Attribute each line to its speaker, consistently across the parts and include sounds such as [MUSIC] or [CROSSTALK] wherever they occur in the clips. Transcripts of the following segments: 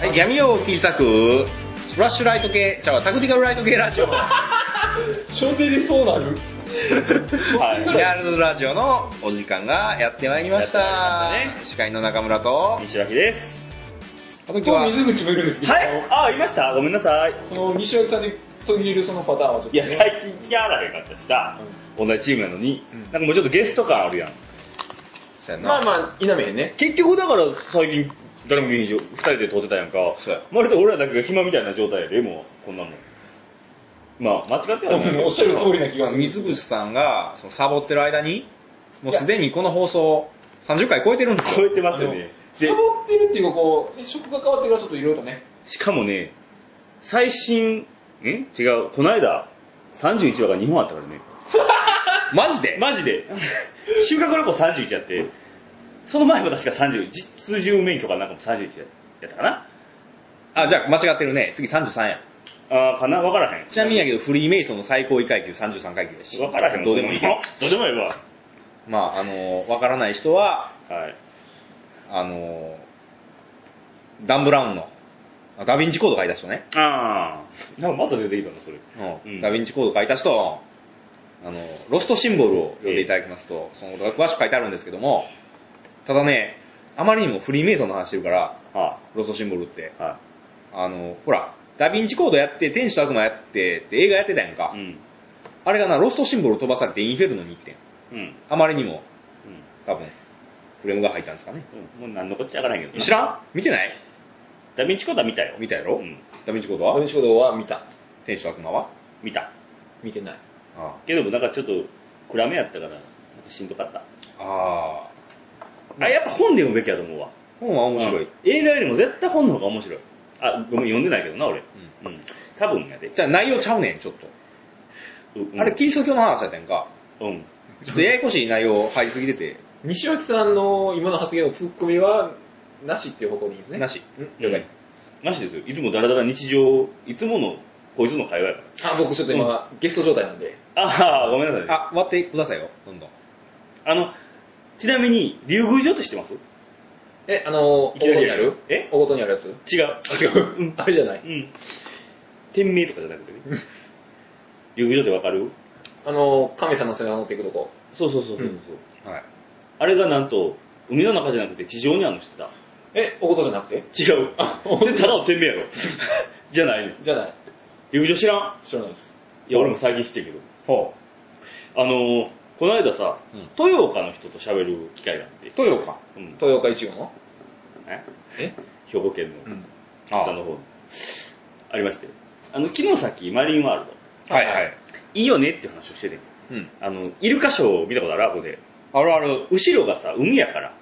Speaker 1: はい、闇を切り裂く、フラッシュライト系、じゃあタクティカルライト系ラジ
Speaker 2: [LAUGHS]
Speaker 1: オ、
Speaker 3: しょべりそうな
Speaker 4: [LAUGHS]
Speaker 3: る。
Speaker 1: リアルラジオのお時間がやってまいりました。
Speaker 2: やってまいりましたね
Speaker 1: 司会の中村と、
Speaker 2: 西脇です。
Speaker 1: あと今日
Speaker 3: 今日
Speaker 1: は、
Speaker 3: 水口もいるんですけど、
Speaker 2: はいあ、いましたごめんなさい。
Speaker 3: その西脇さんで途切れるそのパターンはちょっと、
Speaker 2: いや、最近気合わらへんかったしさ、同じチームなのに、
Speaker 3: うん
Speaker 2: なんかもうちょっとゲスト感あるやん。
Speaker 1: そうやな
Speaker 4: まあまあ、否めへんね。
Speaker 2: 結局だから最近、誰も現状、二人で撮ってたやんか
Speaker 1: そうや。
Speaker 2: 割と俺らだけが暇みたいな状態やで、もう、こんなもん。まあ、間違ってはないけ
Speaker 3: うんお
Speaker 2: ど
Speaker 3: っ。しゃる通りな気がする。
Speaker 1: 水口さんがそのサボってる間に、もうすでにこの放送、30回超えてるんです
Speaker 2: 超え
Speaker 1: よ。
Speaker 2: てますよね。で
Speaker 3: サ、ボってるっていうか、こう、ね職が変わってからちょっといろいろとね、
Speaker 2: しかもね、最新、ん違う、この間、31話が2本あったからね。
Speaker 1: マジで
Speaker 2: マジで。修学旅行31やって、その前も確か30、通常免許かなんかも31やったかな
Speaker 1: あ、じゃあ間違ってるね。次33や。
Speaker 2: あーかなわからへん。
Speaker 1: ちなみにやけど、フリーメイソンの最高位階級33階級だし。
Speaker 2: わからへん
Speaker 1: どうでもいいけど。
Speaker 2: どうでもいいわ。
Speaker 1: まあ、あのー、わからない人は、
Speaker 2: はい。
Speaker 1: あのー、ダン・ブラウンの、あダヴィンチコード書いた人ね。
Speaker 2: あー。なんかまず出てきたの、それ。
Speaker 1: う
Speaker 2: うん
Speaker 1: ん、ダヴィンチコード書いた人、あの、ロストシンボルを読んでいただきますと、そのことが詳しく書いてあるんですけども、ただね、あまりにもフリーメイソンの話してるから、
Speaker 2: は
Speaker 1: ロストシンボルって。
Speaker 2: い。は
Speaker 1: あの、ほら、ダヴィンチコードやって、天使と悪魔やって、って映画やってたやんか。
Speaker 2: い。うん。
Speaker 1: あれがな、ロストシンボル飛ばされてインフェルノに行ってん。
Speaker 2: うん。うん。
Speaker 1: あまりにも、多分、フレームが入ったんですかね。
Speaker 2: うんもう何のこっちゃわからへんけど。
Speaker 1: 知らん見てない
Speaker 2: ダヴィンチコードは見たよ。
Speaker 1: 見たや
Speaker 2: う
Speaker 1: ろ、
Speaker 2: ん。
Speaker 1: ダヴィンチコード
Speaker 4: ダ
Speaker 1: は
Speaker 4: メ仕事は見た。
Speaker 1: 天使と悪魔は
Speaker 2: 見た。
Speaker 4: 見てない。
Speaker 1: あ
Speaker 2: けどもなんかちょっと暗めやったから、なんかしんどかった。
Speaker 1: あああ。
Speaker 2: あ、やっぱ本で読むべきやと思うわ。
Speaker 1: 本は面白い。
Speaker 2: うん映画よりも絶対本の方が面白い。あ、ごめん、読んでないけどな、俺。うん。多分やで。
Speaker 1: じゃあ内容ちゃうねん、ちょっと。
Speaker 2: うん
Speaker 1: あれ、キリスト教の話やったやんか。
Speaker 2: うん。
Speaker 1: ちょっとややこしい内容入りすぎてて、
Speaker 4: 西脇さんの今の発言のツッコミは、なしっていう方向でいいですね。
Speaker 1: な。し。
Speaker 4: うん
Speaker 2: 了解。なしですよ。いつもだらだら日常、いつもの、こいつの会話やか
Speaker 4: あ、僕ちょっと今、ゲスト状態なんで。
Speaker 2: ら。ああ、ごめんなさい。あ
Speaker 1: あ、割ってくださいよ、どんどん。
Speaker 2: の、ちなみに、竜宮城って知ってます
Speaker 4: え、あの、おご
Speaker 2: いき
Speaker 4: と
Speaker 2: なり
Speaker 4: にある
Speaker 2: え
Speaker 4: おごとにあるやつ
Speaker 2: 違う。
Speaker 4: 違う
Speaker 2: うん。
Speaker 4: あれじゃない。
Speaker 2: うん。店名とかじゃなくてね。竜宮城ってわかる
Speaker 4: あの、神様の背中乗っていくとこ。
Speaker 2: そうそうそうそうそう。
Speaker 1: はい。
Speaker 2: あれがなんと、海の中じゃなくて地上にあるの知ってた。
Speaker 4: え、おごとじゃなくて
Speaker 2: 違う。それただの店名 [LAUGHS] やろ。じゃないの。
Speaker 4: じゃない。
Speaker 2: 陸上知らん
Speaker 4: 知らないです。
Speaker 2: いや、俺も最近知ってるけ
Speaker 1: ほ
Speaker 2: ど。あのー、この間さ、
Speaker 1: うん
Speaker 2: 豊岡の人と喋る機会があって
Speaker 1: う。、とよか。
Speaker 2: うん、
Speaker 4: 豊岡一号の
Speaker 2: え
Speaker 4: え
Speaker 2: 兵庫県の
Speaker 4: ん。
Speaker 1: あ
Speaker 2: 北の方にありまして、あの、昨日さっきマリンワールド、
Speaker 1: はいはい。
Speaker 2: いいよねっていう話をしてて、
Speaker 1: うん。
Speaker 2: あの、イルカショーを見たことあるここで、
Speaker 1: あるある。
Speaker 2: 後ろがさ、海やから、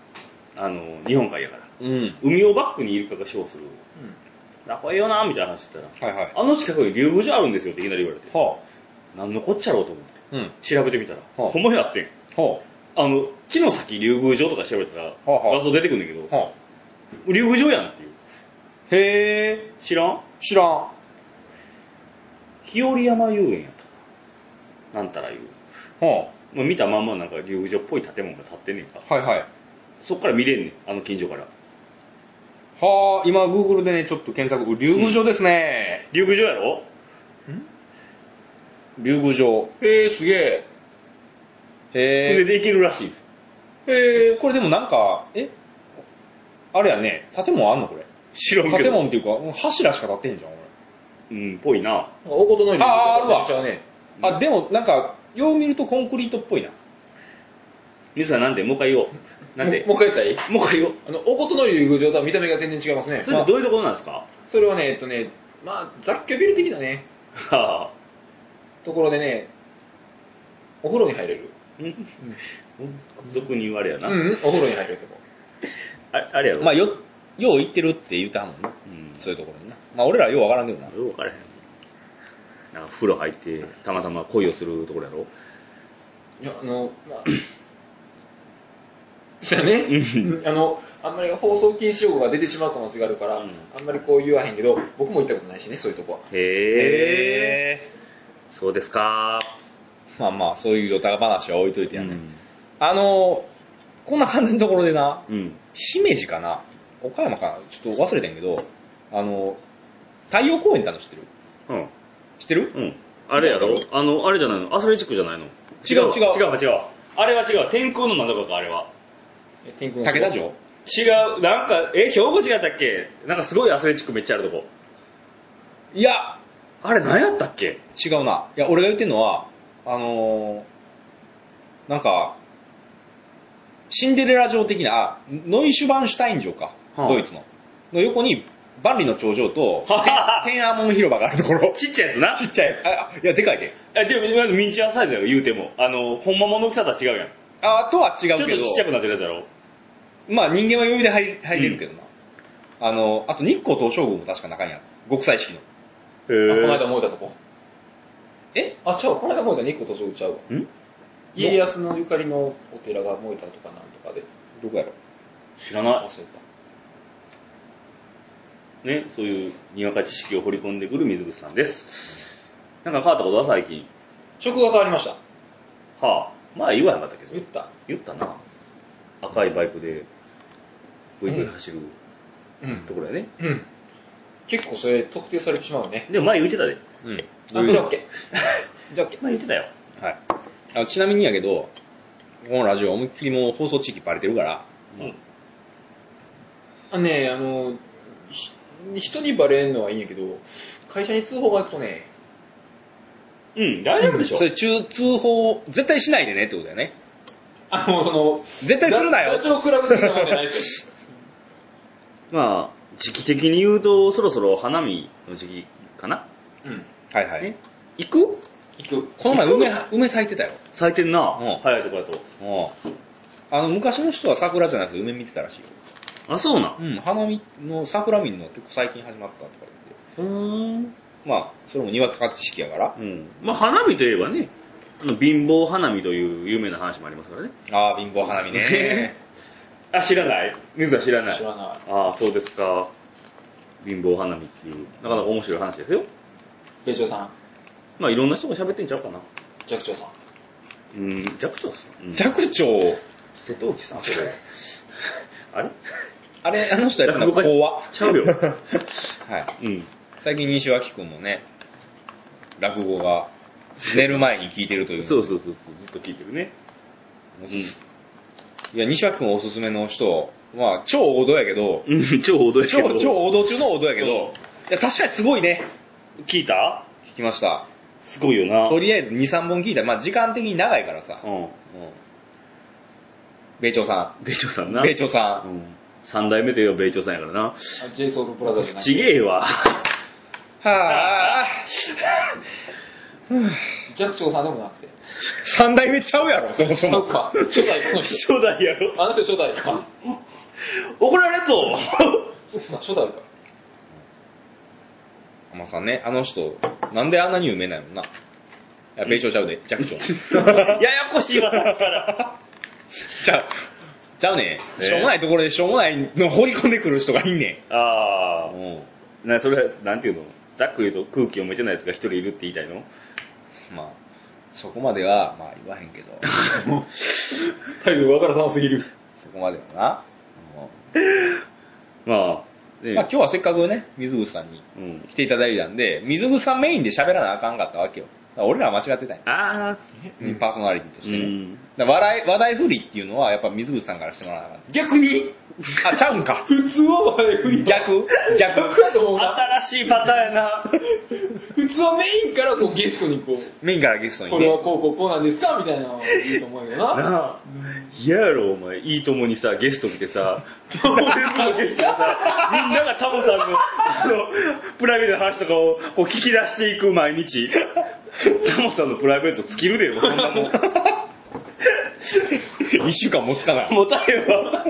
Speaker 2: あの、日本海やから、
Speaker 1: うん。
Speaker 2: 海をバックにイルカがショーする。なこええよなみたいな話してたら、
Speaker 1: はいはい。
Speaker 2: あの近くに竜宮城あるんですよっていきなり言われて、
Speaker 1: ほ
Speaker 2: なんのこっちゃろうと思って、
Speaker 1: う。うん。
Speaker 2: 調べてみたら、
Speaker 1: はあ
Speaker 2: ほんまにあってん。
Speaker 1: ほ
Speaker 2: あの、木の先竜宮城とか調べたら、
Speaker 1: あはあ
Speaker 2: 画像出てくるんだけど、
Speaker 1: う。ほ
Speaker 2: 竜宮城やんっていう。
Speaker 1: う。へえ。
Speaker 2: 知らん
Speaker 1: 知らん。
Speaker 2: 日和山遊園やった。なんたらいう。
Speaker 1: ほ
Speaker 2: まあ、見たまんまなんか竜宮城っぽい建物が建ってんねんか。
Speaker 1: う。はいはい。
Speaker 2: そっから見れんねん、あの近所から。
Speaker 1: はあ、今、Google でね、ちょっと検索、竜宮城ですね。
Speaker 2: 竜宮城やろ
Speaker 1: 竜宮城。
Speaker 4: えー、すげ
Speaker 2: それ
Speaker 1: へ
Speaker 2: でできるらしいです。
Speaker 1: え。へえ、これでもなんか、えあれやね、建物あんのこれ。
Speaker 2: 知らんけど。
Speaker 1: 建物っていうか、うん柱しか建ってへんじゃん、俺。
Speaker 2: うん、ぽいな。
Speaker 4: え。おごとのより
Speaker 1: あーあるわ
Speaker 4: ちゃうね。
Speaker 1: あ、でもなんか、よう見るとコンクリートっぽいな。
Speaker 2: ゆずさんなんでもう一回言おう。なんで
Speaker 4: もう一回言ったらいい
Speaker 2: もう一回言おう。
Speaker 4: あの、おことの竜宮城とは見た目が全然違いますね。
Speaker 2: それってどういうところなんですか
Speaker 4: それはね、えっとね、まあ、雑居ビル的なね、
Speaker 2: は
Speaker 4: ところでね、お風呂に入れる。
Speaker 2: ぁ。うん俗に言われや
Speaker 4: う
Speaker 2: な。
Speaker 4: ん、お風呂に入れるとこ。
Speaker 2: ああれやろ。
Speaker 1: まあ、よ、よう行ってるって言うてはんもんな。
Speaker 2: うん
Speaker 1: そういうところにな。まあ、俺らはようわからんけどな。
Speaker 2: よう分からへん。なんか風呂入って、たまたま恋をするところやろ。
Speaker 4: いや、あの、まあ、そうやね、
Speaker 2: う
Speaker 4: うんあの、あんまり放送禁止用語が出てしまう可能性があるから、
Speaker 2: うん
Speaker 4: あんまりこう言わへんけど、僕も行ったことないしね、そういうとこは。
Speaker 2: へえ。
Speaker 1: え。
Speaker 2: そうですか。
Speaker 1: まあまあ、そういうヨタ話は置いといてやね。
Speaker 2: うん
Speaker 1: あのー、こんな感じのところでな、
Speaker 2: うん。
Speaker 1: 姫路かな岡山かなちょっと忘れてんけど、あの、太陽公園ってあるの知ってる
Speaker 2: うん。
Speaker 1: 知ってる
Speaker 2: うん。あれやろあの、あれじゃないのアスレチックじゃないの
Speaker 1: 違う違う
Speaker 2: 違う違う。あれは違う。天空のなんとかか、あれは。
Speaker 4: え天空の
Speaker 1: 竹田城
Speaker 2: 違う。なんか、え、兵庫違ったっけなんかすごいアスレチックめっちゃあるとこ。
Speaker 1: いや、
Speaker 2: あれ何やったっ [LAUGHS] け
Speaker 1: 違うな。いや、俺が言ってるのは、あのーなんか、シンデレラ城的な、あ、ノイシュバンシュタイン城か。
Speaker 2: はあ
Speaker 1: ドイツの。の横に、万里の長城と、
Speaker 2: はは
Speaker 1: 天安門広場があるところ。
Speaker 2: ち [LAUGHS] っちゃいやつな。
Speaker 1: ちっちゃい。あ、あいや、でかいで。
Speaker 2: え、でも、今のミニチュアサイズやろ、言うても。あの、ほんまもの大きさとは違うやん。
Speaker 1: あ、とは違
Speaker 2: ちょ
Speaker 1: う
Speaker 2: っ
Speaker 1: け
Speaker 2: と
Speaker 1: ど、
Speaker 2: ちっちゃくなってるやつやろ。
Speaker 1: まあ人間は余裕で入入れるけどな。あの、あと日光東照宮も確か中にある。極彩色の。
Speaker 2: へ
Speaker 4: あこの
Speaker 2: ぇ
Speaker 4: 間燃えたとこ
Speaker 1: え
Speaker 4: あ違うこの間燃えた日光とそうちゃうわ
Speaker 2: ー。ん
Speaker 4: 家康のゆかりのお寺が燃えたとかなんとかで
Speaker 1: どこやろ
Speaker 2: 知らな
Speaker 4: 忘れた
Speaker 2: い。ね、そういうにわか知識を掘り込んでくる水口さんです。なんか変わったことは最近。
Speaker 4: 職が変わりました
Speaker 2: はあ、まあ言わへんかったけど
Speaker 4: 言。った
Speaker 2: 言ったな。赤いバイクで、ブイブイ走る
Speaker 4: うん
Speaker 2: ところやね。
Speaker 4: うん結構それ特定されてしまうね
Speaker 2: でも前言ってたで。
Speaker 1: うん。
Speaker 4: あじゃあ OK じゃあ OK
Speaker 2: 前言ってたよ。
Speaker 1: はい。あちなみにやけど、このラジオ思いっきりもう放送地域バレてるから、
Speaker 2: うん。
Speaker 4: あねあのひ人にバレるのはいいんやけど会社に通報が行くとね
Speaker 2: うん、大丈夫でしょ。
Speaker 1: それ中通報、絶対しないでねってことだよね。
Speaker 4: あのその
Speaker 1: 絶対するなよ
Speaker 4: ダチョウ倶楽部的なもんじゃないですよ
Speaker 2: まあ、時期的に言うと、そろそろ花見の時期かな
Speaker 4: うん
Speaker 1: はいは
Speaker 2: ね
Speaker 1: い。
Speaker 2: 行く
Speaker 4: 行く
Speaker 1: この前梅、梅咲いてたよ。
Speaker 2: 咲いてんな、
Speaker 1: うん
Speaker 2: 早いとこやと。
Speaker 1: うん。あの、昔の人は桜じゃなくて梅見てたらしいよ。
Speaker 2: あ、そうなん。
Speaker 1: うん、花見の桜見るの結構最近始まったとか言って。
Speaker 2: うん。
Speaker 1: まあ、それも庭か知識やから。
Speaker 2: まあ、花見といえばね、あの貧乏花見という有名な話もありますからね。
Speaker 1: ああ、貧乏花見ね。
Speaker 2: あ、知らない水は知らない。
Speaker 4: 知らない
Speaker 2: ああ、そうですか。貧乏花見っていう、なかなか面白い話ですよ。
Speaker 4: 米朝さん
Speaker 2: まあ、いろんな人が喋ってんちゃうかな。
Speaker 4: 寂聴さん
Speaker 2: うん、弱聴さん。 [LAUGHS] うん
Speaker 1: 寂聴、
Speaker 2: 瀬戸内さん、それ。 [LAUGHS] あれ
Speaker 1: あれ、あの人やったの
Speaker 2: 落語家
Speaker 1: 講話。
Speaker 2: ちゃうよ。
Speaker 1: はい。
Speaker 2: [LAUGHS] うん。
Speaker 1: 最近西脇くんもね、落語が寝る前に聞いてるという。
Speaker 2: そうそうそうそう、ずっと聞いてるね。
Speaker 1: いや、西脇くんおすすめの人、まあ、超王道やけど、
Speaker 2: うん、超踊りけ
Speaker 1: 超、
Speaker 2: ど。
Speaker 1: 超王道中の王道やけ
Speaker 2: うん
Speaker 1: ど、いや、確かにすごいね。
Speaker 2: 聞いた
Speaker 1: 聞きました。
Speaker 2: すごいよな。
Speaker 1: とりあえず2、3本聞いたら、まあ、時間的に長いからさ。
Speaker 2: う
Speaker 1: うん。米朝さ
Speaker 2: ん。米朝さん
Speaker 1: ん。
Speaker 2: な。
Speaker 1: 米朝さ。
Speaker 2: うんん。三代目といえば米朝さんやからな。
Speaker 4: あ JSOUL ブラザーズじゃない
Speaker 2: ちげえ [LAUGHS] わ。
Speaker 1: はあ、
Speaker 4: 寂聴さんでもなくて
Speaker 1: [LAUGHS] 三代目ちゃうやろ、そもそ
Speaker 4: そう
Speaker 1: も。
Speaker 4: か初代この人
Speaker 2: 初代やろ。
Speaker 4: あの人初代か
Speaker 2: 怒ら [LAUGHS] れるぞ。
Speaker 4: そうか初代か
Speaker 1: 浜さんね、あの人、なんであんなに有名なんやろな。いや、米朝ちゃうで、寂 [LAUGHS] 聴。
Speaker 2: ややこしいわ、さっきから。
Speaker 1: ちゃう。ちゃうね
Speaker 2: え
Speaker 1: ん。しょうもないところでしょうもないの放り込んでくる人がいんねん。
Speaker 2: あ
Speaker 1: うん。
Speaker 2: あ。な、それは、なんていうのざっくり言うと空気読めてないやつが一人いるって言いたい
Speaker 4: [LAUGHS]
Speaker 2: の
Speaker 1: まあ、そこまでは、まあ言わへんけど、
Speaker 4: 態度わからさすぎる
Speaker 1: そこまではな。
Speaker 2: まあ、
Speaker 1: う
Speaker 2: ね
Speaker 1: んまあ今日はせっかくね、水口さんに
Speaker 2: うん。
Speaker 1: 来ていただいたんで、水口さんメインで喋らなあかんかったわけよ。だから俺らは間違ってたんや。
Speaker 2: ああ。
Speaker 1: うんパーソナリティと
Speaker 2: う
Speaker 1: してね。
Speaker 2: ん。
Speaker 1: だから話題、話題不利っていうのはやっぱ水口さんからしてもらわなあか
Speaker 4: 逆に
Speaker 1: ん。あ、ちゃうんか。
Speaker 4: 普通は前振り
Speaker 1: 逆逆
Speaker 4: 逆だと思うな
Speaker 2: 新しいパターンやな。
Speaker 4: 普通はメインからこうゲストにこう
Speaker 1: メインからゲストに
Speaker 4: これ
Speaker 1: ね
Speaker 4: は。こうこうこうなんですかみたいなのがいいと思うけどな。
Speaker 2: [LAUGHS] なあ、嫌やろ、お前。いいともにさ、ゲスト来てさ、トモレのゲストでさ、みんながタモさんの、あの、プライベートの話とかをこう聞き出していく毎日。タモさんのプライベート尽きるでよ、そんなもん。
Speaker 1: 一週間持つかな。
Speaker 2: もたれ [LAUGHS] ば。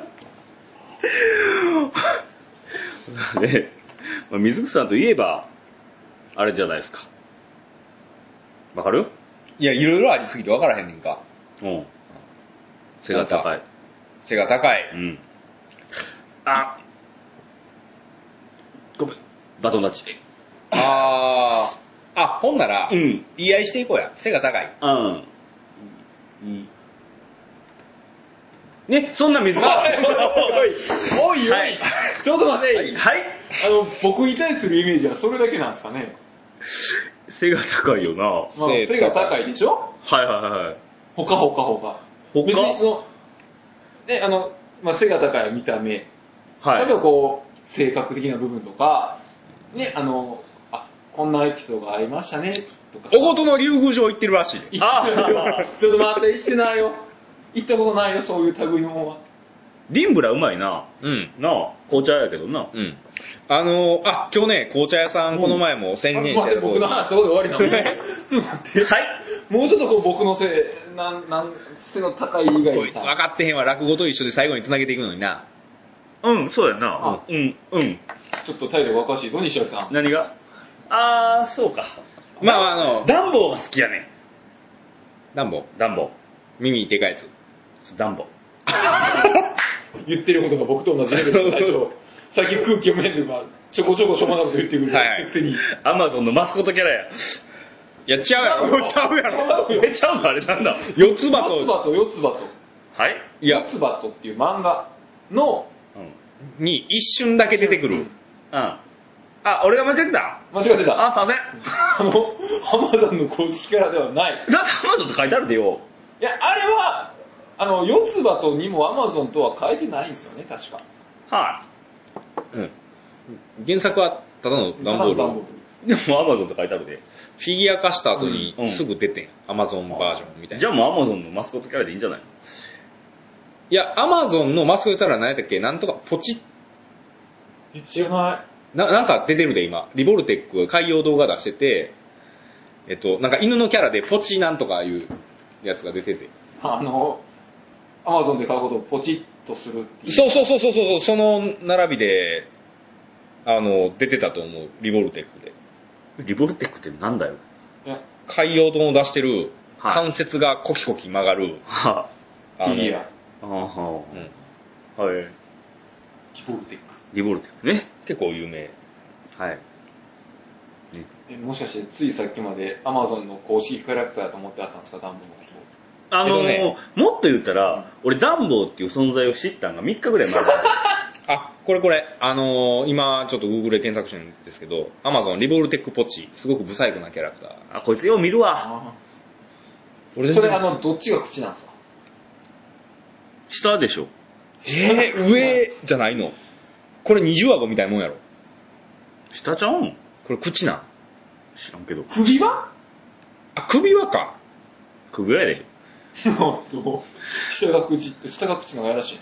Speaker 2: ね、まあ水口さんといえば、あれじゃないですか。わかる
Speaker 1: いや、いろいろありすぎて分からへんねんか。
Speaker 2: うん。背が高い。
Speaker 1: 背が高い。
Speaker 2: うん。あごめん。バトンタッチ。
Speaker 1: あー。あ、ほんなら、
Speaker 2: ん。
Speaker 1: 言い合いしていこうや。背が高い。
Speaker 2: うん。ね、そんな水が。は
Speaker 1: おいおい
Speaker 2: はい
Speaker 1: ちょっと待て。
Speaker 2: い。
Speaker 4: あの、僕に対するイメージはそれだけなんですかね。
Speaker 2: 背が高いよな。は
Speaker 4: まあ、
Speaker 1: 背
Speaker 4: 背が高いでしょ
Speaker 2: いはいはい。
Speaker 4: ほかほかほか。
Speaker 2: ほ
Speaker 4: 別にそ
Speaker 2: か
Speaker 4: の、ね、あの、まあ、背が高い見た目、
Speaker 2: は
Speaker 4: 例えば
Speaker 2: い。
Speaker 4: こう、性格的な部分とか、ね、あの、あ、こんなエピソードがありましたね、とか。
Speaker 1: おご
Speaker 4: [LAUGHS]
Speaker 1: との竜宮城行ってるらしいで。
Speaker 2: あ
Speaker 4: ちょっと待って、行ってないよ。行ったことないよ、そういう類の方は。
Speaker 2: リンブラうまいな。
Speaker 1: うん。
Speaker 2: なあ、紅茶やけどな。
Speaker 1: うん。あのーあ、今日ね、紅茶屋さん、この前も宣言して
Speaker 4: あ待って
Speaker 1: る
Speaker 4: 僕の話したこと
Speaker 1: [LAUGHS]
Speaker 4: で終わりなの。ちょっと待って。
Speaker 2: はい。
Speaker 4: もうちょっとこう、僕のせい、なん、なん、背の高い以外
Speaker 1: こ
Speaker 4: に
Speaker 1: いつ分
Speaker 4: さ。
Speaker 1: かってへんわ、落語と一緒で最後に繋げていくのにな。
Speaker 2: うん、そうやな
Speaker 4: あ。
Speaker 2: うん、うん。
Speaker 4: ちょっと態度がおかしいぞ、西脇さん。
Speaker 2: 何があー、そうか。
Speaker 1: まあまあ、あの、
Speaker 2: ダンボーが好きやね
Speaker 1: ダンボ、
Speaker 2: ん。ダンボー
Speaker 1: 耳でかいやつ。
Speaker 2: そう。ダンボー。
Speaker 4: 言ってることが僕と同じレベルだちょ
Speaker 1: [LAUGHS]
Speaker 4: っと最近空気読めんのが、ちょこちょこしょうもないこと言ってくる。
Speaker 1: はい
Speaker 4: くせに。
Speaker 2: アマゾンのマスコットキャラや。
Speaker 1: い
Speaker 2: [LAUGHS]
Speaker 1: や、違うやろ、ちゃうやろ。
Speaker 2: え、ちゃうのあれなんだ。
Speaker 1: 四つ葉
Speaker 4: 四つ
Speaker 1: と、
Speaker 4: 葉と四つ葉と。
Speaker 2: はい。
Speaker 1: いや
Speaker 4: 四、つ葉とっていう漫画の、
Speaker 2: うん。
Speaker 1: に一瞬だけ出てくる。
Speaker 2: あ、俺が間違ってた。
Speaker 4: 間違ってた。
Speaker 2: あ、すいません。 [LAUGHS]
Speaker 4: あの、ハマさんの公式キャラではない。
Speaker 2: だってアマゾンって書いてあるでよ。
Speaker 4: いや、あれは、あの、四つ葉とにもアマゾンとは変えてないんですよね、確か。
Speaker 2: は
Speaker 1: うん。原作はただのダンボール。
Speaker 4: ダンボール
Speaker 2: い。でもアマゾンって書いてあるで。
Speaker 1: フィギュア化した後に
Speaker 2: うん
Speaker 1: すぐ出てん。アマゾンバージョンみたい
Speaker 2: じ
Speaker 1: な。
Speaker 2: ゃあもうアマゾンのマスコットキャラでいいんじゃない
Speaker 1: いや、アマゾンのマスク言ったら何やったっけなんとかポチッ
Speaker 4: え知らな
Speaker 1: な、なんか出てるで今。リボルテックが海洋動画出してて、えっと、なんか犬のキャラでポチなんとかいうやつが出てて。
Speaker 4: い。あの、アマゾンで買うことをポチッとするっていう。
Speaker 1: そうそうそうそうそう、その並びで、あの、出てたと思う。リボルテックで。
Speaker 2: リボルテックってなんだよ。
Speaker 4: いや
Speaker 1: 海洋動の出してる、
Speaker 2: はい
Speaker 1: 関節がコキコキ曲がる、
Speaker 2: は
Speaker 1: あ
Speaker 4: フ
Speaker 1: の
Speaker 4: ィギュア、
Speaker 2: あ。あ
Speaker 1: う
Speaker 2: は
Speaker 1: ん
Speaker 2: あ。はい。
Speaker 4: キボルテック。
Speaker 2: リボルテックね。
Speaker 1: 結構有名。
Speaker 2: はい。
Speaker 4: えもしかして、ついさっきまでアマゾンの公式キャラクターだと思ってあったんですか、ダンボールのこと。
Speaker 2: あのー
Speaker 1: えっ
Speaker 2: もっと言ったら、俺ダンボーっていう存在を知ったんが3日ぐらい前だ。
Speaker 1: あ、これこれ、あのー今ちょっと Google で検索してるんですけど、Amazon リボルテックポチ、すごくブサイクなキャラクター。
Speaker 2: あ、こいつよう見るわ。
Speaker 4: あ
Speaker 1: 俺
Speaker 4: ー
Speaker 1: 全
Speaker 4: それ、
Speaker 1: 然
Speaker 4: あの、どっちが口なんですか
Speaker 2: 下でしょ。 [LAUGHS]
Speaker 1: えー、上じゃないのこれ二重顎みたいなもんやろ。
Speaker 2: 下ちゃうん
Speaker 1: これ口なん。
Speaker 2: 知らんけど。
Speaker 4: 首は
Speaker 1: あ、首輪か。
Speaker 2: 首やで。
Speaker 4: もう [LAUGHS] どう下が口って、下が口の方がやらしい。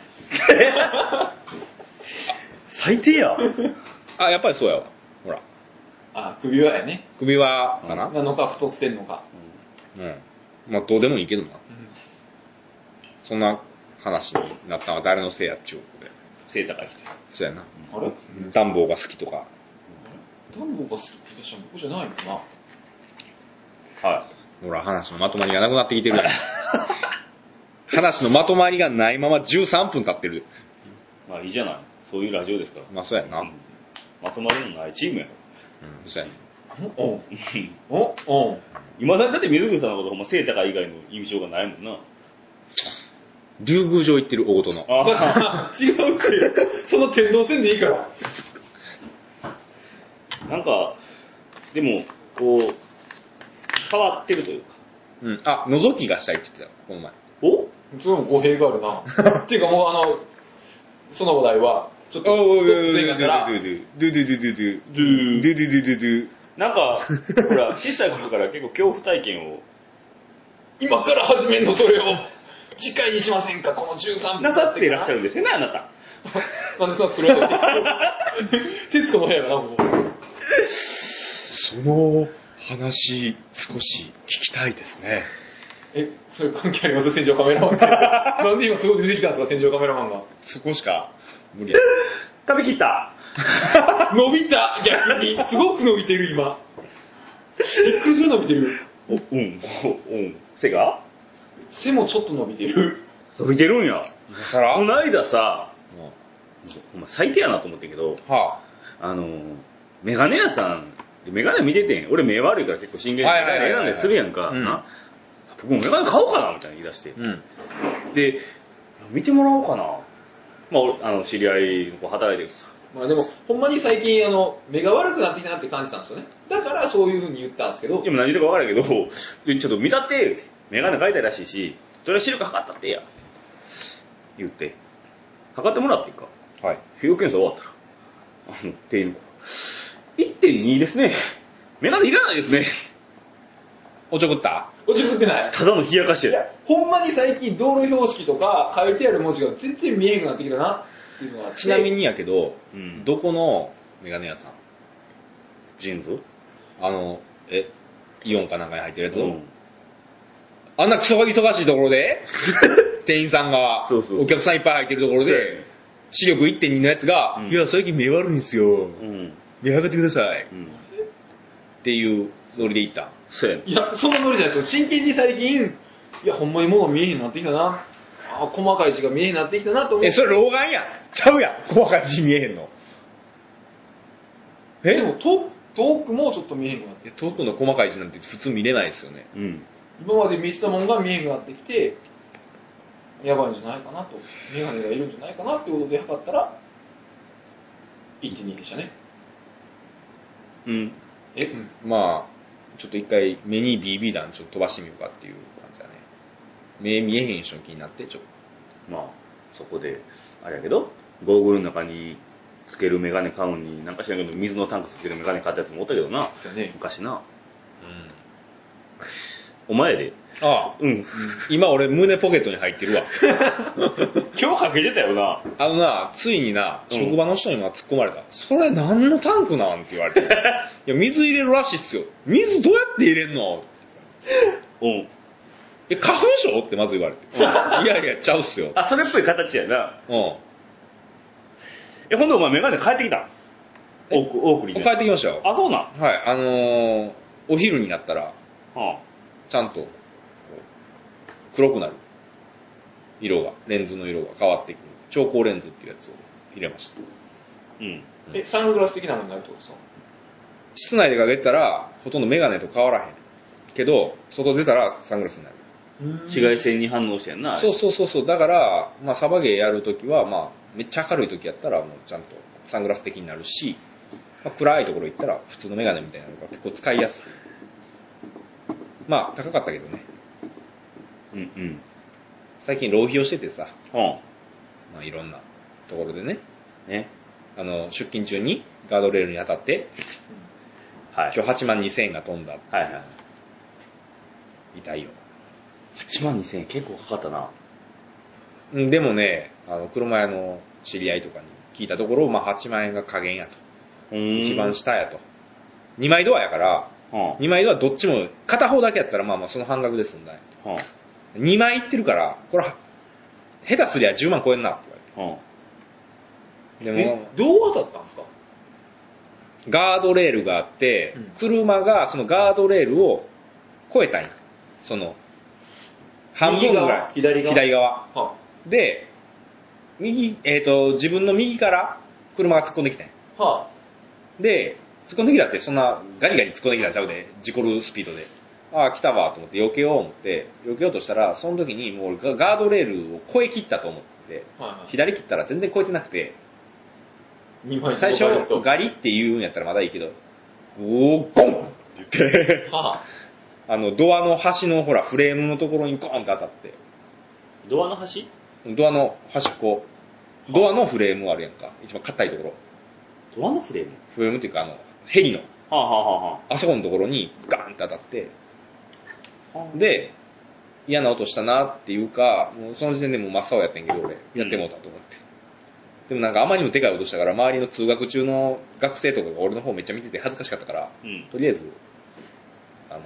Speaker 2: 最低や。
Speaker 1: あ、やっぱりそうやわ。ほら。
Speaker 4: あー、首はやね。
Speaker 1: 首輪かな
Speaker 4: なのか、太ってんのか。
Speaker 1: うん。まあ、どうでもいいけどな。そんな話になったのは誰のせいやっちゅうことで。
Speaker 2: 背高い人。
Speaker 1: そうやな。
Speaker 4: あれ
Speaker 1: 暖房が好きとか。
Speaker 4: ダンボが好きって言った人は僕じゃないのかな
Speaker 2: は
Speaker 1: ほら、話のまとまりがなくなってきてる
Speaker 2: [LAUGHS]
Speaker 1: やん。話のまとまりがないまま13分経ってる。
Speaker 2: い。まあいいじゃない。そういうラジオですから。
Speaker 1: まあ、そうやな。う
Speaker 2: うんん、まとまるのないチームやろ。
Speaker 1: そうやな。
Speaker 4: おん。おおん。
Speaker 2: 今だにだって水口さんのことほんま背高い以外の印象がないもんな。
Speaker 1: 竜宮城行ってる大事の。
Speaker 2: あ
Speaker 4: 違うって。その天動線でいいから。
Speaker 2: あ。なんか、でも、こう、変わってるというか。
Speaker 1: うん。あ、覗きがしたいって言ってたよ、この前。
Speaker 2: お
Speaker 4: それも語弊があ [LAUGHS] るな。っていうかもうあの、その話題は、ちょっと、
Speaker 1: お
Speaker 4: せいかから、
Speaker 2: なんか、ほ [LAUGHS] ら、小さい頃から結構恐怖体験を
Speaker 4: 今から始めんのそれを、次回にしませんか、この13分。
Speaker 2: なさっていらっしゃ
Speaker 4: る。
Speaker 2: るんですよね、あなた。
Speaker 4: なんでそんな黒いの
Speaker 2: [LAUGHS]
Speaker 4: 徹子の部屋かな、ここ。
Speaker 1: その話、少し聞きたいですね。
Speaker 4: [LAUGHS] え、それ関係あります戦場カメラ [LAUGHS] マンって。なんで今すごい出てきたんですか、戦場カメラマンが。
Speaker 1: そこしか無理や。
Speaker 2: 食べきった。
Speaker 4: 伸びた逆に [LAUGHS] すごく伸びてる [LAUGHS] 今びっくりする伸びてる
Speaker 2: おうん、おうん。背が
Speaker 4: 背もちょっと伸びてる
Speaker 2: 伸びてるんや。
Speaker 1: 今更
Speaker 2: こ
Speaker 1: は
Speaker 2: の間さ、お前最低やなと思ってんけど、
Speaker 1: あ。
Speaker 2: あのー、メガネ屋さん、メガネ見ててん。俺目悪いから結構真剣に
Speaker 1: は
Speaker 2: メ
Speaker 1: いはいはい
Speaker 2: ガ
Speaker 1: はい
Speaker 2: ネなんでするやんか。
Speaker 1: うん
Speaker 2: な僕もメガネ買おうかなみたいな言い出して。
Speaker 1: うん。
Speaker 2: で、見てもらおうかな。まあ、俺、あの、知り合いの子働いてるさ、
Speaker 4: まあでも、ほんまに最近、あの、目が悪くなってきたなって感じたんですよね。だからそういうふうに言ったんですけど、
Speaker 2: 今何言ってるか分からんけど、でちょっと見たって、言うてメガネ変えたいらしいし、それは視力測ったってや。言って。測ってもらっていいか。
Speaker 1: はい。
Speaker 2: 皮膚検査終わったら。あの、店員の子が1.2ですね。メガネいらないですね。
Speaker 1: おちょくった
Speaker 4: 落ちぶってない。
Speaker 2: ただの冷やかし
Speaker 4: い
Speaker 2: や。
Speaker 4: や、ほんまに最近道路標識とか書いてある文字が全然見えなくなってきたなっていうのがあって
Speaker 1: ちなみにやけど、
Speaker 2: うん
Speaker 1: どこのメガネ屋さん
Speaker 2: ジーンズ
Speaker 1: あの、え、イオンかなんかに入ってるやつ、
Speaker 2: うん
Speaker 1: あんなクソが忙しいところで、店員さんが、
Speaker 2: そうそう
Speaker 1: お客さんいっぱい入ってるところ
Speaker 2: そうやね
Speaker 1: で、視力1.2のやつが、
Speaker 2: うん
Speaker 1: いや、最近目悪いんですよ。
Speaker 2: うん。
Speaker 1: 目測ってください。っ
Speaker 2: うん。
Speaker 1: ていうノリで行った。
Speaker 2: そうやね
Speaker 4: いや、そんなノリじゃないですよ。真剣に最近、いや、ほんまに物見えへんなってきたな。あー細かい字が見えへんなってきたなと思
Speaker 1: え、
Speaker 4: って。
Speaker 1: それ老眼やん。ちゃうやん。細かい字見えへんの。え
Speaker 4: でも、と遠くもちょっと見えへんくなって。
Speaker 1: いや遠くの細かい字なんて普通見れないですよね。
Speaker 2: うん。
Speaker 4: 今まで見てたもんが見えんくなってきて、やばいんじゃないかなと。メガネがいるんじゃないかなってことで測ったら、1.2でしたね。
Speaker 2: うん。
Speaker 4: え、
Speaker 1: まあ、ちょっと一回目に BB 弾ちょっと飛ばしてみようかっていう感じだね。目見えへん人の気になって、ちょっ
Speaker 2: まあ、そこで、あれやけど、ゴーグルの中につけるメガネ買うに、なんか知らんけど、水のタンクつけるメガネ買ったやつもおったけどな
Speaker 4: で。すよね。
Speaker 2: 昔な。
Speaker 1: と。うん。
Speaker 2: お前やで。
Speaker 1: ああ、
Speaker 2: うん。
Speaker 1: 今俺胸ポケットに入ってる
Speaker 2: [LAUGHS]
Speaker 1: わ。
Speaker 2: 今日かけてたよな。
Speaker 1: あのな、ついにな、
Speaker 2: うん
Speaker 1: 職場の人にも突っ込まれた。それ何のタンクなんって言
Speaker 2: [LAUGHS]
Speaker 1: われて。いや、水入れるらしいっすよ。水どうやって入れんの
Speaker 2: うん。
Speaker 1: え、花粉症ってまず言われて。いやいや、ちゃうっすよ。
Speaker 2: あ、それっぽい形やな。
Speaker 1: うん。も
Speaker 2: え、ほんでお前メガネ変えてきたん
Speaker 1: え
Speaker 2: オーク、オーク
Speaker 1: う
Speaker 2: リー
Speaker 1: 帰
Speaker 2: ね
Speaker 1: ってきましたよ。
Speaker 2: あ、そうなん。
Speaker 1: はい、あのー、お昼になったら、
Speaker 2: は
Speaker 1: ちゃんと、こう黒くなる。色が、レンズの色が変わっていく。調光レンズっていうやつを入れました。
Speaker 2: あ、うん。
Speaker 4: え、サングラス的なものになるってことですか
Speaker 1: 室内でかけてたら、ほとんどメガネと変わらへん。けど、外出たらサングラスになる。
Speaker 2: 紫外線に反応してんな。あれ
Speaker 1: そうそうそうそう。だから、まあ、サバゲーやるときは、まあ、めっちゃ明るいときやったら、もうちゃんとサングラス的になるし、まあ、暗いところ行ったら、普通のメガネみたいなのが結構使いやすい。まあ、高かったけどね。
Speaker 2: うんうん。
Speaker 1: 最近浪費をしててさ、
Speaker 2: は
Speaker 1: まあ、いろんなところでね、
Speaker 2: あ。ね。
Speaker 1: あの、出勤中にガードレールに当たって、
Speaker 2: はい。
Speaker 1: 今日8万2000円が飛んだ。
Speaker 2: はいはい。
Speaker 1: 痛いよ。
Speaker 2: 8万2000円結構かかったな。
Speaker 1: うんでもね、あの、車屋の知り合いとかに聞いたところ、まあ、8万円が加減やと。
Speaker 2: うーん
Speaker 1: 一番下やと。2枚ドアやから、
Speaker 2: は
Speaker 1: 2枚ドアどっちも、片方だけやったらまあまあその半額で済んだんや
Speaker 2: あ。は
Speaker 1: 2枚いってるから、これは、下手すりゃ10万超えんなって
Speaker 2: あ。は
Speaker 1: 言われて。でも
Speaker 4: え、、どう当たったんですか
Speaker 1: ガードレールがあって
Speaker 4: うん、
Speaker 1: 車がそのガードレールを超えたんや。その、半分ぐらい。
Speaker 4: 右側左側
Speaker 1: 左側。
Speaker 4: は
Speaker 1: で、右、えっ、と、自分の右から車が突っ込んできたんや。
Speaker 4: あ、は
Speaker 1: で、突っ込んできたって、そんなガリガリ突っ込んできたんちゃうで、事故るスピードで。ああ、来たわと思って、避けよう思って、避けようとしたら、その時にもう俺がガードレールを越え切ったと思って、
Speaker 4: あ、はいはい。
Speaker 1: 左切ったら全然越えてなくて、
Speaker 4: 二枚
Speaker 1: 最初
Speaker 4: は、
Speaker 1: ガリって言うんやったらまだいいけど、ゴーゴンって言って、 [LAUGHS]
Speaker 4: あ、
Speaker 1: あの、ドアの端のほら、フレームのところにゴーンって当たって、
Speaker 2: あ。ドアの端
Speaker 1: ドアの端っこ、ドアのフレームあるやんか、一番硬いところ。
Speaker 2: ドアのフレーム
Speaker 1: フレームっていうか、あの、ヘリの、
Speaker 2: はあはあはあは
Speaker 1: あそこのところにガーンって当たって、
Speaker 2: あはあ。
Speaker 1: で、嫌な音したなっていうか、もうその時点でもう真っ青やってんけど、俺、やってもうたと思って。でもなんかあまりにもでかい音したから、周りの通学中の学生とかが俺の方めっちゃ見てて恥ずかしかったから、
Speaker 2: うん。
Speaker 1: とりあえず、あの、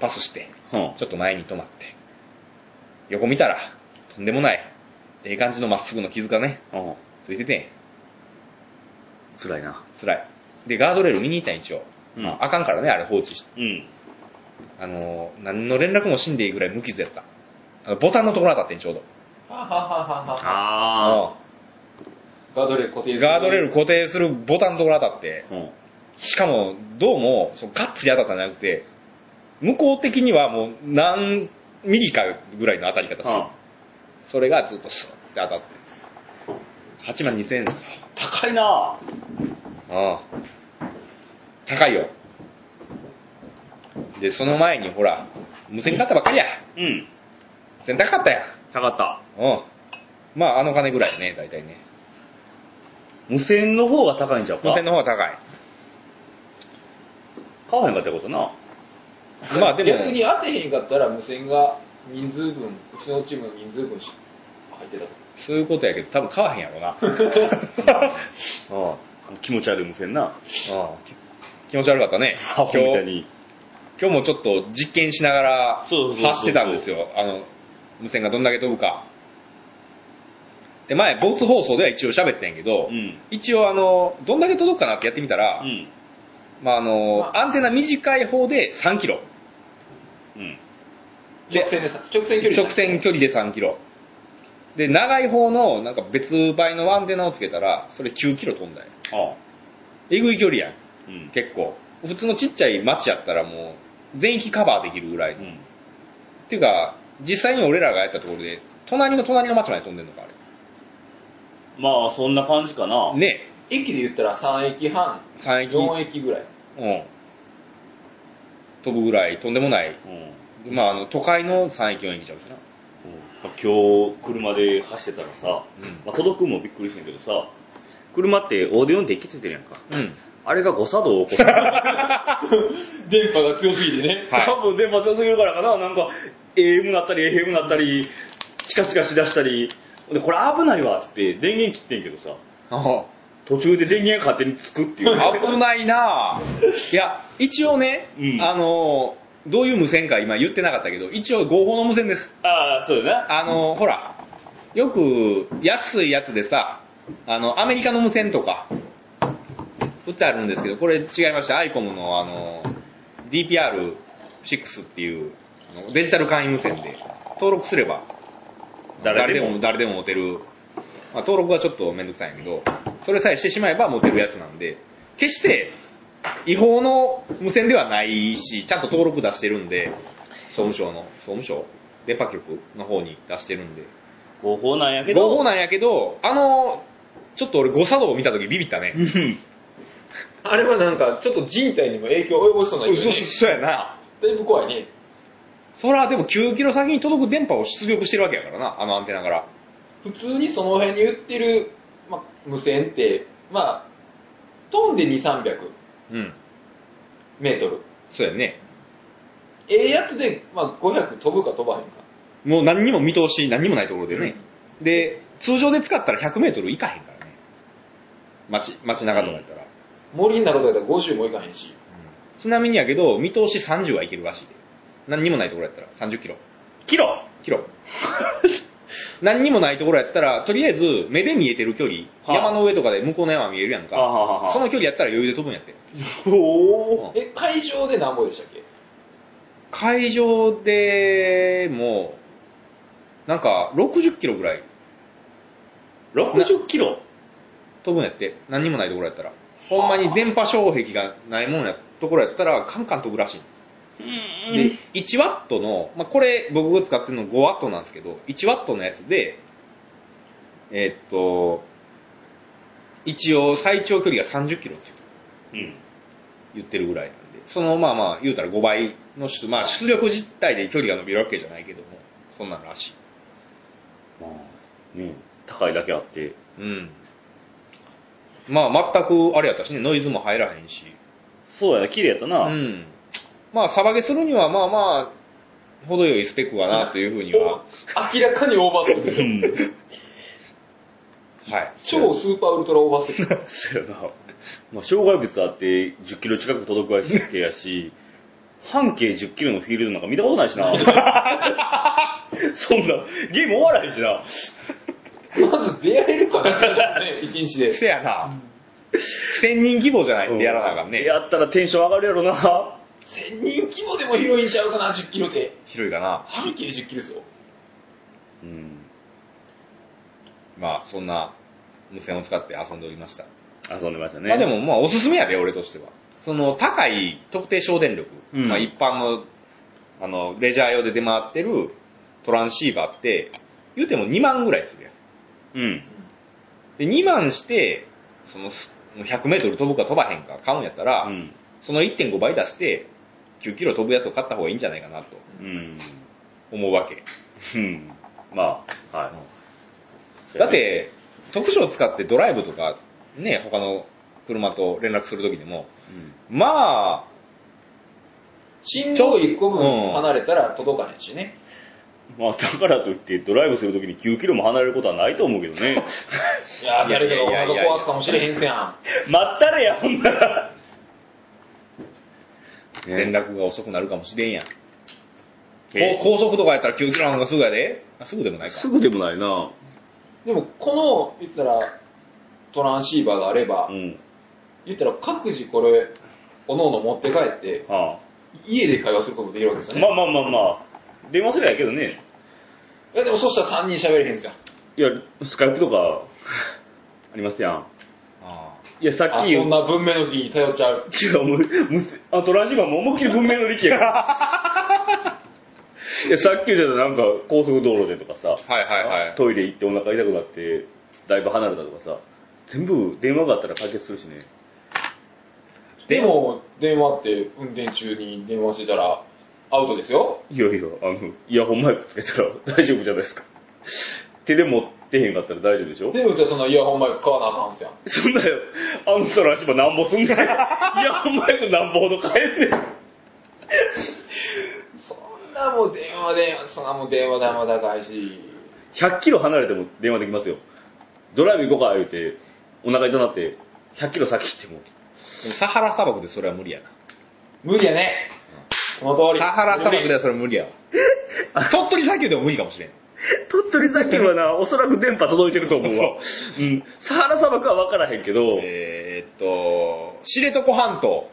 Speaker 1: パスして、
Speaker 2: は
Speaker 1: ちょっと前に止まって、横見たら、とんでもない、ええ感じのまっすぐの傷がね、
Speaker 2: あ。はあ。
Speaker 1: ついてて
Speaker 2: 辛いな。
Speaker 1: ん、辛い。で、ガードレール見に行ったん一応。
Speaker 2: うん
Speaker 1: まあ、あかんからね、あれ放置して。
Speaker 2: うん。
Speaker 1: あの、何の連絡もしんでいいぐらい無傷やった。あのボタンのところ当たってん、ちょうど。
Speaker 4: はあ、はあ、はあ、はあ。
Speaker 2: あ
Speaker 4: ガードレール固定
Speaker 1: ガードレール
Speaker 4: ル。
Speaker 1: 固定するボタンのところ当たって、
Speaker 2: あ。うん。
Speaker 1: しかも、どうも、そのガッツリ当たったんじゃなくて、向こう的にはもう何ミリかぐらいの当たり方してる
Speaker 2: は
Speaker 1: それがずっとスッって当たって。 8万2000円ですよ。
Speaker 2: 高いな
Speaker 1: ああ。高いよ。で、その前にほら、無線買ったばっかりや。
Speaker 2: うん。
Speaker 1: 無線高かったやん。
Speaker 2: 高かった。
Speaker 1: うん。まあ、あの金ぐらいね、大体ね。
Speaker 2: 無線の方が高いんちゃうか
Speaker 1: 無線の方が高い。
Speaker 2: 買わへんかったことな。
Speaker 1: まあでも、
Speaker 4: 逆に当てへんかったら無線が人数分、うちのチームの人数分し入ってたと。
Speaker 1: そういうことやけど、多分買わへんやろ
Speaker 4: [LAUGHS]
Speaker 1: な。うん。うん。
Speaker 2: 気持ち悪い無線な。
Speaker 1: [LAUGHS] 気持ち悪かった
Speaker 2: [LAUGHS]
Speaker 1: ね。
Speaker 2: ア
Speaker 1: 今
Speaker 2: ホ
Speaker 1: 日、
Speaker 2: みたいに。
Speaker 1: 今日もちょっと実験しながら
Speaker 2: そうそうそうそう
Speaker 1: 走ってたんですよ。あの、無線がどんだけ飛ぶか。で、前、ボツ放送では一応喋ったんやけど、
Speaker 2: うん。
Speaker 1: 一応あの、どんだけ届くかなってやってみたら、
Speaker 2: うん。
Speaker 1: まああの、
Speaker 4: まあ
Speaker 1: アンテナ短い方で3キロ。
Speaker 2: うん。
Speaker 1: で
Speaker 4: 直線でさ、直線距離。
Speaker 1: 直線距離で3キロ。で、長い方の、なんか別倍のアンテナをつけたら、それ9キロ飛んだよ。
Speaker 2: ああ。
Speaker 1: えぐい距離やん。
Speaker 2: うん。
Speaker 1: 結構。普通のちっちゃい町やったらもう、全域カバーできるぐらいの。
Speaker 2: う
Speaker 1: っ
Speaker 2: ん。
Speaker 1: ていうか、実際に俺らがやったところで、隣の隣の町まで飛んでんのか、あ
Speaker 2: まあ、そんな感じかな。
Speaker 1: れ。ね
Speaker 4: 駅で言ったら3駅半、
Speaker 1: 3駅、
Speaker 4: 4駅ぐらい。
Speaker 1: うん。飛ぶぐらい、とんでもない。
Speaker 2: うん。うん
Speaker 1: まあ、あの、都会の3駅、4駅ちゃうしな。
Speaker 2: まあ今日、車で走ってたらさ、まあ、届くんもびっくりしてんけどさ、車ってオーディオン電気ついてるやんか。
Speaker 1: うん。
Speaker 2: あれが誤作動
Speaker 1: [LAUGHS]
Speaker 2: を起こす。
Speaker 4: 電波が強すぎてね。
Speaker 1: はい
Speaker 2: 多分電波強すぎるからかな、なんか、AM なったり FM なったり、チカチカしだしたり、で、これ危ないわ、つって電源切ってんけどさ、
Speaker 1: あ
Speaker 2: 途中で電源勝手につくっていう。
Speaker 1: 危ないな
Speaker 2: [LAUGHS]
Speaker 1: ぁ。いや、一応ね、
Speaker 2: うん
Speaker 1: あの、どういう無線か今言ってなかったけど、一応合法の無線です。
Speaker 2: ああ、そうだな。
Speaker 1: あの、ほら、よく安いやつでさ、あの、アメリカの無線とか、売ってあるんですけど、これ違いました。アイコムのあの、DPR6 っていう、あのデジタル簡易無線で、登録すれば、
Speaker 2: 誰でも
Speaker 1: 誰でも持てる。まあ、登録はちょっとめんどくさいんやけど、それさえしてしまえば持てるやつなんで、決して違法の無線ではないし、ちゃんと登録出してるんで、総務省の、総務省電波局の方に出してるんで。
Speaker 2: 合法なんやけど。
Speaker 1: 合法なんやけど、あの、ちょっと俺誤作動を見たときビビったね。
Speaker 2: うん
Speaker 4: あれはなんか、ちょっと人体にも影響を及ぼしそうな勢いね
Speaker 1: そうやな。
Speaker 4: だいぶ怖いね。
Speaker 1: そら、でも9キロ先に届く電波を出力してるわけやからな、あのアンテナから。
Speaker 4: 普通にその辺に売ってる、まあ、無線って、まあ、飛んで2、300
Speaker 1: うん。
Speaker 4: メートル。
Speaker 1: そうやね。
Speaker 4: ええやつで、まあ、500飛ぶか飛ばへんか。
Speaker 1: もう何にも見通し、何にもないところでね。で、通常で使ったら100メートルいかへんからね。街、街中とかやったら。
Speaker 4: 森の中だったら50もいかへんし。
Speaker 1: うんちなみにやけど、見通し30はいけるらしいで。何にもないところやったら、30キロ。
Speaker 2: 切ろ
Speaker 1: キ
Speaker 2: [LAUGHS]
Speaker 1: ロ。何にもないところやったら、とりあえず目で見えてる距離、
Speaker 2: はあ
Speaker 1: 山の上とかで向こうの山見えるやん
Speaker 2: はあ
Speaker 1: か、
Speaker 2: はあはあ
Speaker 1: その距離やったら余裕で飛ぶんやって。
Speaker 2: お
Speaker 4: え、会場で何ぼでしたっけ
Speaker 1: 会場でも、なんか60キロぐらい
Speaker 2: 60キロ
Speaker 1: 飛ぶんやって、何にもないところやったら。ほんまに電波障壁がないもんや、ところやったら、カンカン飛ぶらしい。で、1ワットの、まあ、これ僕が使ってるの5ワットなんですけど、1ワットのやつで、えーっと、一応最長距離が30キロって
Speaker 2: うん。
Speaker 1: 言ってるぐらいなんで、そのまあまあ言うたら5倍の出、まあ出力実体で距離が伸びるわけじゃないけども、そんなのらしい。
Speaker 2: まあ、ね高いだけあって。
Speaker 1: うん。まあ全くあれやったしね、ノイズも入らへんし。
Speaker 2: そうやな、綺麗やった
Speaker 1: う
Speaker 2: な。
Speaker 1: ん。まあサバゲするにはまあまあ、程よいスペックかなというふうには、
Speaker 4: お明らかにオーバーソル
Speaker 2: う
Speaker 4: ト。
Speaker 2: ん。
Speaker 1: はい。
Speaker 4: 超スーパーウルトラオーバーソルト。
Speaker 2: そうやな。まあ、障害物あって10キロ近く届くわけやし、半径10キロのフィールドなんか見たことな
Speaker 1: [LAUGHS]
Speaker 2: いしな。そんな、ゲーム終わらへんしな。
Speaker 4: まず出会えるかな、ね、一日で。
Speaker 1: せやな。千人規模じゃないんでやらなあかんね。
Speaker 2: やったらテンション上がるやろな。
Speaker 4: 1000人規模でも広いんちゃうかな、10キロって。
Speaker 1: 広いかな。
Speaker 4: 半径10キロですよ。
Speaker 2: うん。
Speaker 1: まあ、そんな無線を使って遊んでおりました。
Speaker 2: 遊んでましたね。
Speaker 1: まあでも、まあ、おすすめやで、俺としては。その、高い特定省電力。
Speaker 2: うん
Speaker 1: まあ、一般の、あの、レジャー用で出回ってるトランシーバーって、言うても2万ぐらいするやん。
Speaker 2: うん。
Speaker 1: で、2万して、そのす100メートル飛ぶか飛ばへんか買うんやったら、
Speaker 2: うん。
Speaker 1: その1.5倍出して、9キロ飛ぶやつを買った方がいいんじゃないかなと
Speaker 2: うん。
Speaker 1: 思うわけ。
Speaker 2: うん。まあ、はい。そう
Speaker 1: だ
Speaker 2: や
Speaker 1: っ
Speaker 2: ね、
Speaker 1: て、特徴を使ってドライブとか、ね、他の車と連絡するときでも、まあ、
Speaker 4: 信号1個
Speaker 1: う
Speaker 4: 分
Speaker 1: ん
Speaker 4: 離れたら届かへんしね。
Speaker 2: うん。まあ、だからといって、ドライブするときに9キロも離れることはないと思うけど
Speaker 1: [LAUGHS]
Speaker 2: ね。
Speaker 4: いやー、誰かがお
Speaker 1: いやいやいや
Speaker 4: 腹壊すかもしれへんせやん。
Speaker 2: まったれや、ほんなら。
Speaker 1: 連絡が遅くなるかもしれんやん。こう
Speaker 2: え
Speaker 1: 高速とかやったら9キロの方がすぐやで。あすぐでもないか。
Speaker 2: すぐでもないな。
Speaker 4: でも、この、言ったら、トランシーバーがあれば
Speaker 2: う、ん。
Speaker 4: 言ったら各自これ、おのおの持って帰って、
Speaker 2: は
Speaker 4: 家で会話することできるわけです
Speaker 2: あ、
Speaker 4: よ
Speaker 2: ま
Speaker 4: ね。
Speaker 2: あまあまあまあ。電話すりゃいいけどね。
Speaker 4: えでもそしたら3人喋れへんすよ。
Speaker 2: いや、スカイプとか、 [LAUGHS] ありますやん。
Speaker 1: あ
Speaker 2: いや、さ
Speaker 4: あ、
Speaker 2: っき言
Speaker 4: そ
Speaker 2: うん
Speaker 4: な文明の時に頼っちゃう。
Speaker 2: 違う、もう、むすあとラジバーも思いっきり文明の力やから。 [LAUGHS] いや、さっき言ってたなんか高速道路でとかさ、
Speaker 1: あはいはいはい。
Speaker 2: トイレ行ってお腹痛くなって、だいぶ離れたとかさ、全部電話があったら解決するしね。
Speaker 4: でも、電話って運転中に電話してたら、アウトですよ。
Speaker 2: いやいや、あの、イヤホンマイクつけたら [LAUGHS] 大丈夫じゃないですか。手で持ってへんかったら大丈夫でしょ
Speaker 4: でも、そのイヤホンマイク買わなあかんすやん。
Speaker 2: そんなよ、あの人らしばなんぼすんね [LAUGHS] ん。イヤホンマイクなんぼほど買えんねん。
Speaker 4: そんなもう電話電話、そんなもう電話代も高いし。
Speaker 2: 100キロ離れても電話できますよ。ドライブ行こうか、言うて、お腹痛なって、100キロ先行っても、
Speaker 1: でもサハラ砂漠でそれは無理やな。
Speaker 4: 無理やね。その通り。
Speaker 1: サハラ砂漠で
Speaker 4: 無
Speaker 1: はそれ無理やわ。鳥取砂丘でも無理かもしれん。
Speaker 2: 鳥取砂丘はな、おそらく電波届いてると思うわ。うん。サハラ砂漠は分からへんけど、
Speaker 1: えーっと、知床半島、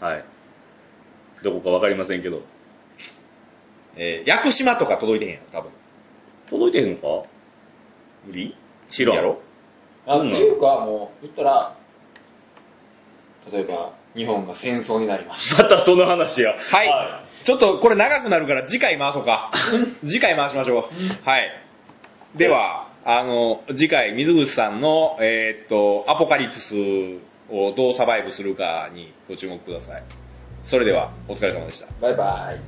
Speaker 2: はい。どこか分かりませんけど。
Speaker 1: えー、屋久島とか届いてへんやろ、多分。
Speaker 2: 届いてへんのか
Speaker 1: 無理
Speaker 2: 知らん。
Speaker 1: やろ
Speaker 4: 理あっていうか、もう、言ったら、例えば、日本が戦争になりまし
Speaker 2: [LAUGHS] またその話や。
Speaker 1: はい、ちょっとこれ長くなるから次回回そうか。 [LAUGHS] 次回回しましょう。はい。では、あの、次回、水口さんの、えーっと、アポカリプスをどうサバイブするかにご注目ください。それでは、お疲れ様でした。
Speaker 4: た。バイバイ。